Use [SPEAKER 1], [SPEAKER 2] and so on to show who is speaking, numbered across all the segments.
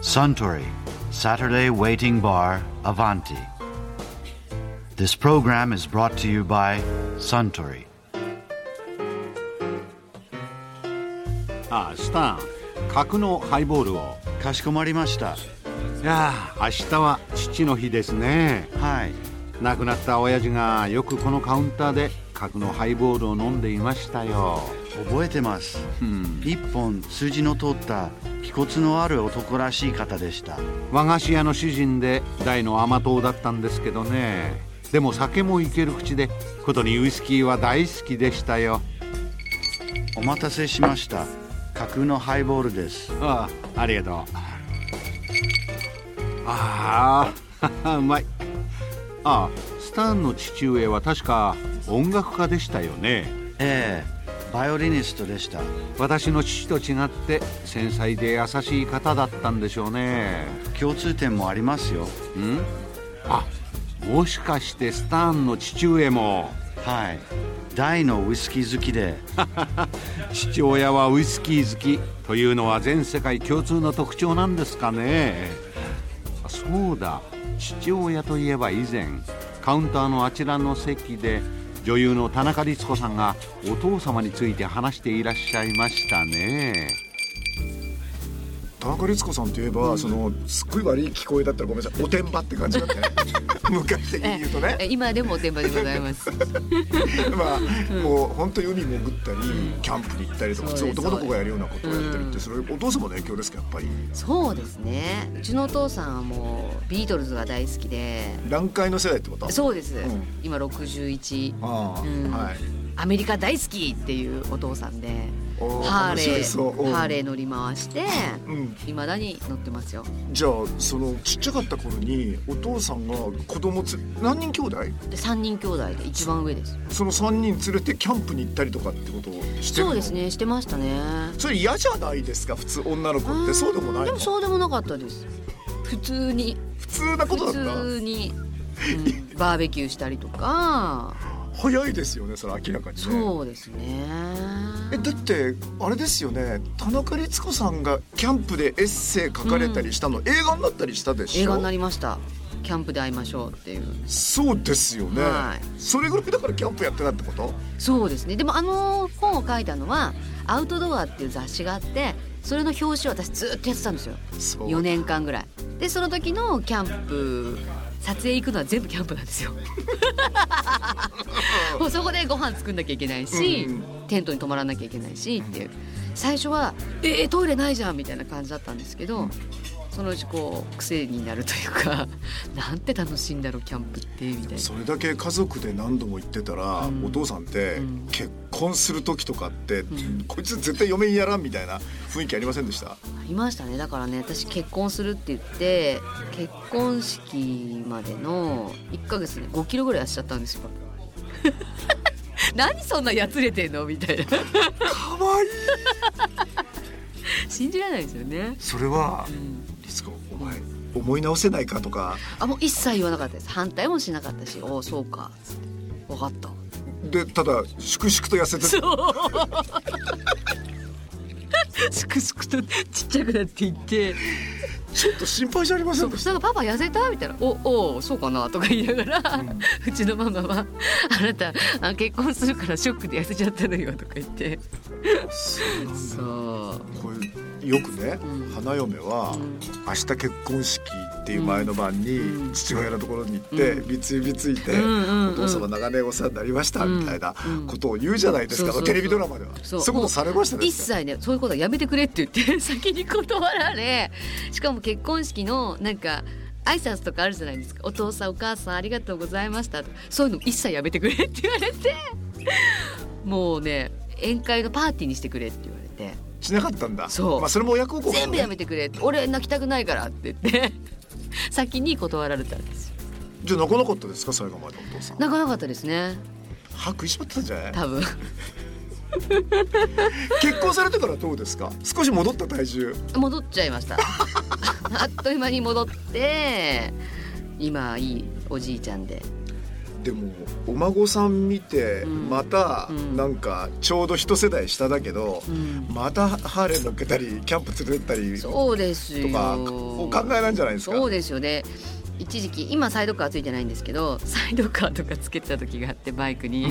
[SPEAKER 1] Suntory, Saturday Waiting Bar, Avanti. This program is brought to you by Suntory.
[SPEAKER 2] ああスタン角のハイボールを
[SPEAKER 1] かしこまりました。
[SPEAKER 2] いやあ明日は父の日ですね
[SPEAKER 1] はい。
[SPEAKER 2] 亡くなった親父がよくこのカウンターで角のハイボールを飲んでいましたよ
[SPEAKER 1] 覚えてます。一本筋の通った気骨のある男らしい方でした。
[SPEAKER 2] 和菓子屋の主人で大の甘党だったんですけどねでも酒もいける口でことにウイスキーは大好きでしたよ
[SPEAKER 1] お待たせしました。架空のハイボールです。
[SPEAKER 2] ああありがとうああ うまいああスタンの父上は確か音楽家でしたよね
[SPEAKER 1] ええバイオリニストでした。
[SPEAKER 2] 私の父と違って繊細で優しい方だったんでしょうね
[SPEAKER 1] 共通点もありますよ。
[SPEAKER 2] んあもしかしてスターンの父上も
[SPEAKER 1] はい。大のウイスキー好きで、
[SPEAKER 2] 父親はウイスキー好きというのは全世界共通の特徴なんですかねあそうだ父親といえば以前カウンターのあちらの席で女優の田中律子さんがお父様について話していらっしゃいましたね
[SPEAKER 3] 田中律子さんといえばそのすっごい悪い聞こえだったらごめんなさいおてんばって感じだ ったね昔的に言うとね
[SPEAKER 4] え今でもおてんばでございます。
[SPEAKER 3] まあもう本当に海潜ったりキャンプに行ったりとか普通
[SPEAKER 4] そうです
[SPEAKER 3] 男の子がやるようなことをやってるってそれお父様の影響ですかやっぱり
[SPEAKER 4] そうですね。うちのお父さんはもうビートルズが大好きで、
[SPEAKER 3] 段階の世代ってこと
[SPEAKER 4] そうです。
[SPEAKER 3] ん
[SPEAKER 4] 今61、
[SPEAKER 3] ああ
[SPEAKER 4] うん
[SPEAKER 3] はい
[SPEAKER 4] アメリカ大好きっていうお父さんで、
[SPEAKER 3] おー
[SPEAKER 4] ハーレ
[SPEAKER 3] 面白いそうう
[SPEAKER 4] ー
[SPEAKER 3] ん
[SPEAKER 4] ハーレー乗り回して、
[SPEAKER 3] うん
[SPEAKER 4] 未だに乗ってますよ。
[SPEAKER 3] じゃあそのちっちゃかった頃にお父さんが子供つ何人兄弟
[SPEAKER 4] で三人兄弟で一番上です。
[SPEAKER 3] その3人連れてキャンプに行ったりとかってことをしてるの
[SPEAKER 4] そうですね。してましたね。
[SPEAKER 3] それ嫌じゃないですか普通女の子ってそうでもない
[SPEAKER 4] で
[SPEAKER 3] の
[SPEAKER 4] もそうでもなかったです。普通に
[SPEAKER 3] 普通なこ
[SPEAKER 4] 普
[SPEAKER 3] とだった
[SPEAKER 4] 通に、うんバーベキューしたりとか、
[SPEAKER 3] 早いですよねそれ明らかにね
[SPEAKER 4] そうですね。
[SPEAKER 3] えだってあれですよね田中律子さんがキャンプでエッセイ書かれたりしたの、映画になったりしたでしょ
[SPEAKER 4] 映画になりましたキャンプで会いましょうっていう
[SPEAKER 3] そうですよね、
[SPEAKER 4] はい
[SPEAKER 3] それぐらいだからキャンプやってたってこと
[SPEAKER 4] そうですねでもあの本を書いたのは「アウトドア」っていう雑誌があってそれの表紙を私ずっとやってたんですよ
[SPEAKER 3] そう
[SPEAKER 4] 4年間ぐらいでその時のキャンプ撮影行くのは全部キャンプな んですよもうそこでご飯作んなきゃいけないし、
[SPEAKER 3] うん
[SPEAKER 4] テントに泊まらなきゃいけないしっていう最初は「えー、トイレないじゃん」みたいな感じだったんですけど、そのうちこう癖になるというか なんて楽しいんだろうキャンプってみたいな。
[SPEAKER 3] それだけ家族で何度も行ってたら、お父さんって
[SPEAKER 4] ん
[SPEAKER 3] 結婚する時とかって、こいつ絶対嫁にやらんみたいな雰囲気ありませんでした
[SPEAKER 4] ありましたねだからね私結婚するって言って結婚式までの1ヶ月で5キロぐらい痩せちゃったんですよ 何そんなやつれてんのみたいな
[SPEAKER 3] かわいい
[SPEAKER 4] 信じられないですよね
[SPEAKER 3] それは律子お前思い直せないかとか
[SPEAKER 4] あもう一切言わなかったです反対もしなかったしおおそうかつって分かった
[SPEAKER 3] でただ粛々と痩せて
[SPEAKER 4] そう すくすくとちっちゃくなっていって
[SPEAKER 3] ちょっと心配じゃありませ
[SPEAKER 4] そ
[SPEAKER 3] ん
[SPEAKER 4] う
[SPEAKER 3] でし
[SPEAKER 4] そしたらパパ痩せたみたいな「おおうそうかな」とか言いながら、うちのママは「あなたあ結婚するからショックで痩せちゃったのよ」とか言って
[SPEAKER 3] たそうなんだ
[SPEAKER 4] そう
[SPEAKER 3] これよくね、花嫁は明日結婚式っていう前の晩に父親のところに行ってびついびついて
[SPEAKER 4] んうんうん
[SPEAKER 3] お父様長年お世話になりましたみたいなことを言うじゃないですか
[SPEAKER 4] そうそうそう
[SPEAKER 3] テレビドラマではそういうことされました
[SPEAKER 4] もう
[SPEAKER 3] ね
[SPEAKER 4] 一切ねそういうことはやめてくれって言って 先に断られしかも結婚式のなんか挨拶とかあるじゃないですか「お父さんお母さんありがとうございました」とそういうの一切やめてくれって言われてもうね宴会のパーティーにしてくれって言われて
[SPEAKER 3] しなかったんだ
[SPEAKER 4] そう
[SPEAKER 3] まあそれも親孝行
[SPEAKER 4] 全部やめてくれって俺泣きたくないからって言って 先に断られたんですよ
[SPEAKER 3] じゃあ泣かなかったですか最後までお父さん
[SPEAKER 4] 泣かなかったですね
[SPEAKER 3] 歯食いしばってたんじゃない
[SPEAKER 4] 多分
[SPEAKER 3] 結婚されてからどうですか少し戻った体重
[SPEAKER 4] 戻っちゃいました あっという間に戻って今いいおじいちゃんで
[SPEAKER 3] でもお孫さん見て
[SPEAKER 4] ん
[SPEAKER 3] また
[SPEAKER 4] うん
[SPEAKER 3] なんかちょうど一世代下だけど、
[SPEAKER 4] うん
[SPEAKER 3] またハーレー乗っけたりキャンプ連れてったりと
[SPEAKER 4] そうですよ
[SPEAKER 3] かお考えなんじゃないですか
[SPEAKER 4] そうですよね一時期今サイドカーついてないんですけどサイドカーとかつけてた時があってバイクに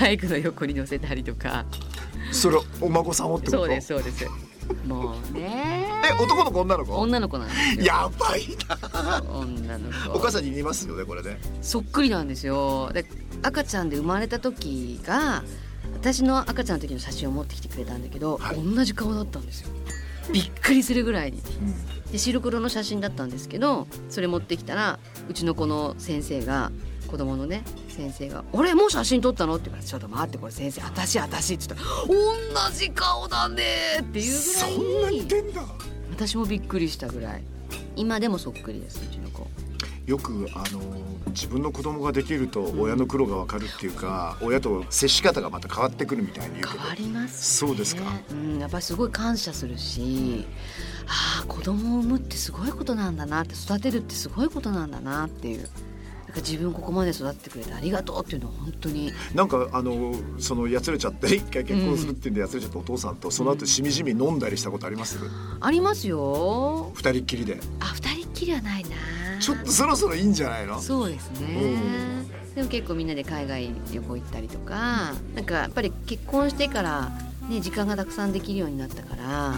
[SPEAKER 4] バイクの横に乗せたりとか
[SPEAKER 3] それお孫さんをってこと
[SPEAKER 4] そうですそうですもうね
[SPEAKER 3] え男の子女の子
[SPEAKER 4] 女の子なんですよ
[SPEAKER 3] やばいな
[SPEAKER 4] 女の子
[SPEAKER 3] お母さんに似ますよねこれね
[SPEAKER 4] そっくりなんですよで赤ちゃんで生まれた時が私の赤ちゃんの時の写真を持ってきてくれたんだけど、
[SPEAKER 3] はい
[SPEAKER 4] 同じ顔だったんですよびっくりするぐらいにで白黒の写真だったんですけどそれ持ってきたらうちの子の先生が子供のね先生が「俺もう写真撮ったの?」って言うから「ちょっと待ってこれ先生私私」って言ったら「同じ顔だね」っていうぐら
[SPEAKER 3] そ
[SPEAKER 4] い
[SPEAKER 3] んな似てんだ
[SPEAKER 4] 私もびっくりしたぐらい今でもそっくりですうちの子
[SPEAKER 3] よくあの自分の子供ができると親の苦労がわかるっていうか、親と接し方がまた変わってくるみたいに言うけ
[SPEAKER 4] 変
[SPEAKER 3] ど
[SPEAKER 4] わりますね
[SPEAKER 3] そうですか
[SPEAKER 4] うん、やっぱりすごい感謝するし、ああ子供を産むってすごいことなんだなって育てるってすごいことなんだなっていうなんか自分ここまで育ってくれてありがとうっていうのは本当に
[SPEAKER 3] なんかあのそのやつれちゃって一回結婚するっていうんでやつれちゃったお父さんとその後しみじみ飲んだりしたことあります、
[SPEAKER 4] ありますよ
[SPEAKER 3] 二人っきりで
[SPEAKER 4] あ二人っきりはないな
[SPEAKER 3] ちょっとそろそろいいんじゃないの
[SPEAKER 4] そうですねでも結構みんなで海外旅行行ったりとかなんかやっぱり結婚してから、ね、時間がたくさんできるようになったから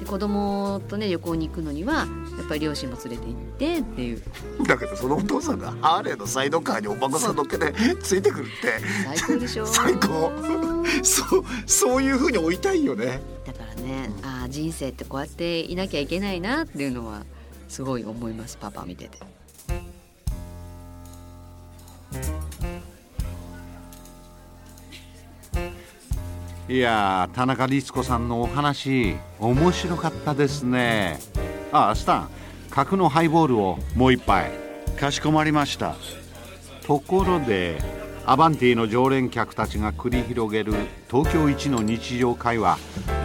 [SPEAKER 4] で子供とね旅行に行くのにはやっぱり両親も連れて行ってっていう
[SPEAKER 3] だけどそのお父さんがハーレーのサイドカーにお孫さん乗っけてついてくるっ
[SPEAKER 4] 最高でし ょ
[SPEAKER 3] 最高てそうそういう風に追いたいよね
[SPEAKER 4] だからねあー人生ってこうやっていなきゃいけないなっていうのはすごい思いますパパ見てて
[SPEAKER 2] いやー田中律子さんのお話面白かったですねあスタン角のハイボールをもう一杯
[SPEAKER 1] かしこまりました
[SPEAKER 2] ところでアバンティの常連客たちが繰り広げる東京一の日常会話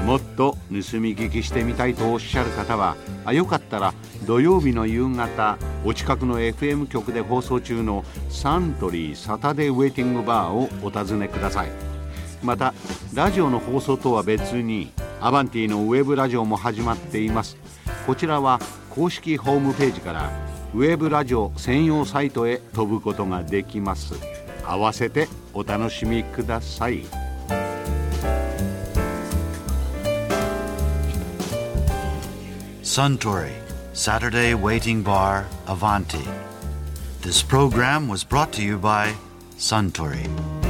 [SPEAKER 2] もっと盗み聞きしてみたいとおっしゃる方はあよかったら土曜日の夕方お近くの FM 局で放送中のサントリーサタデーウェイティングバーをお尋ねくださいまたラジオの放送とは別にアバンティのウェブラジオも始まっていますこちらは公式ホームページからウェブラジオ専用サイトへ飛ぶことができます合わせてお楽しみください
[SPEAKER 1] Suntory Saturday Waiting Bar Avanti. This program was brought to you by Suntory.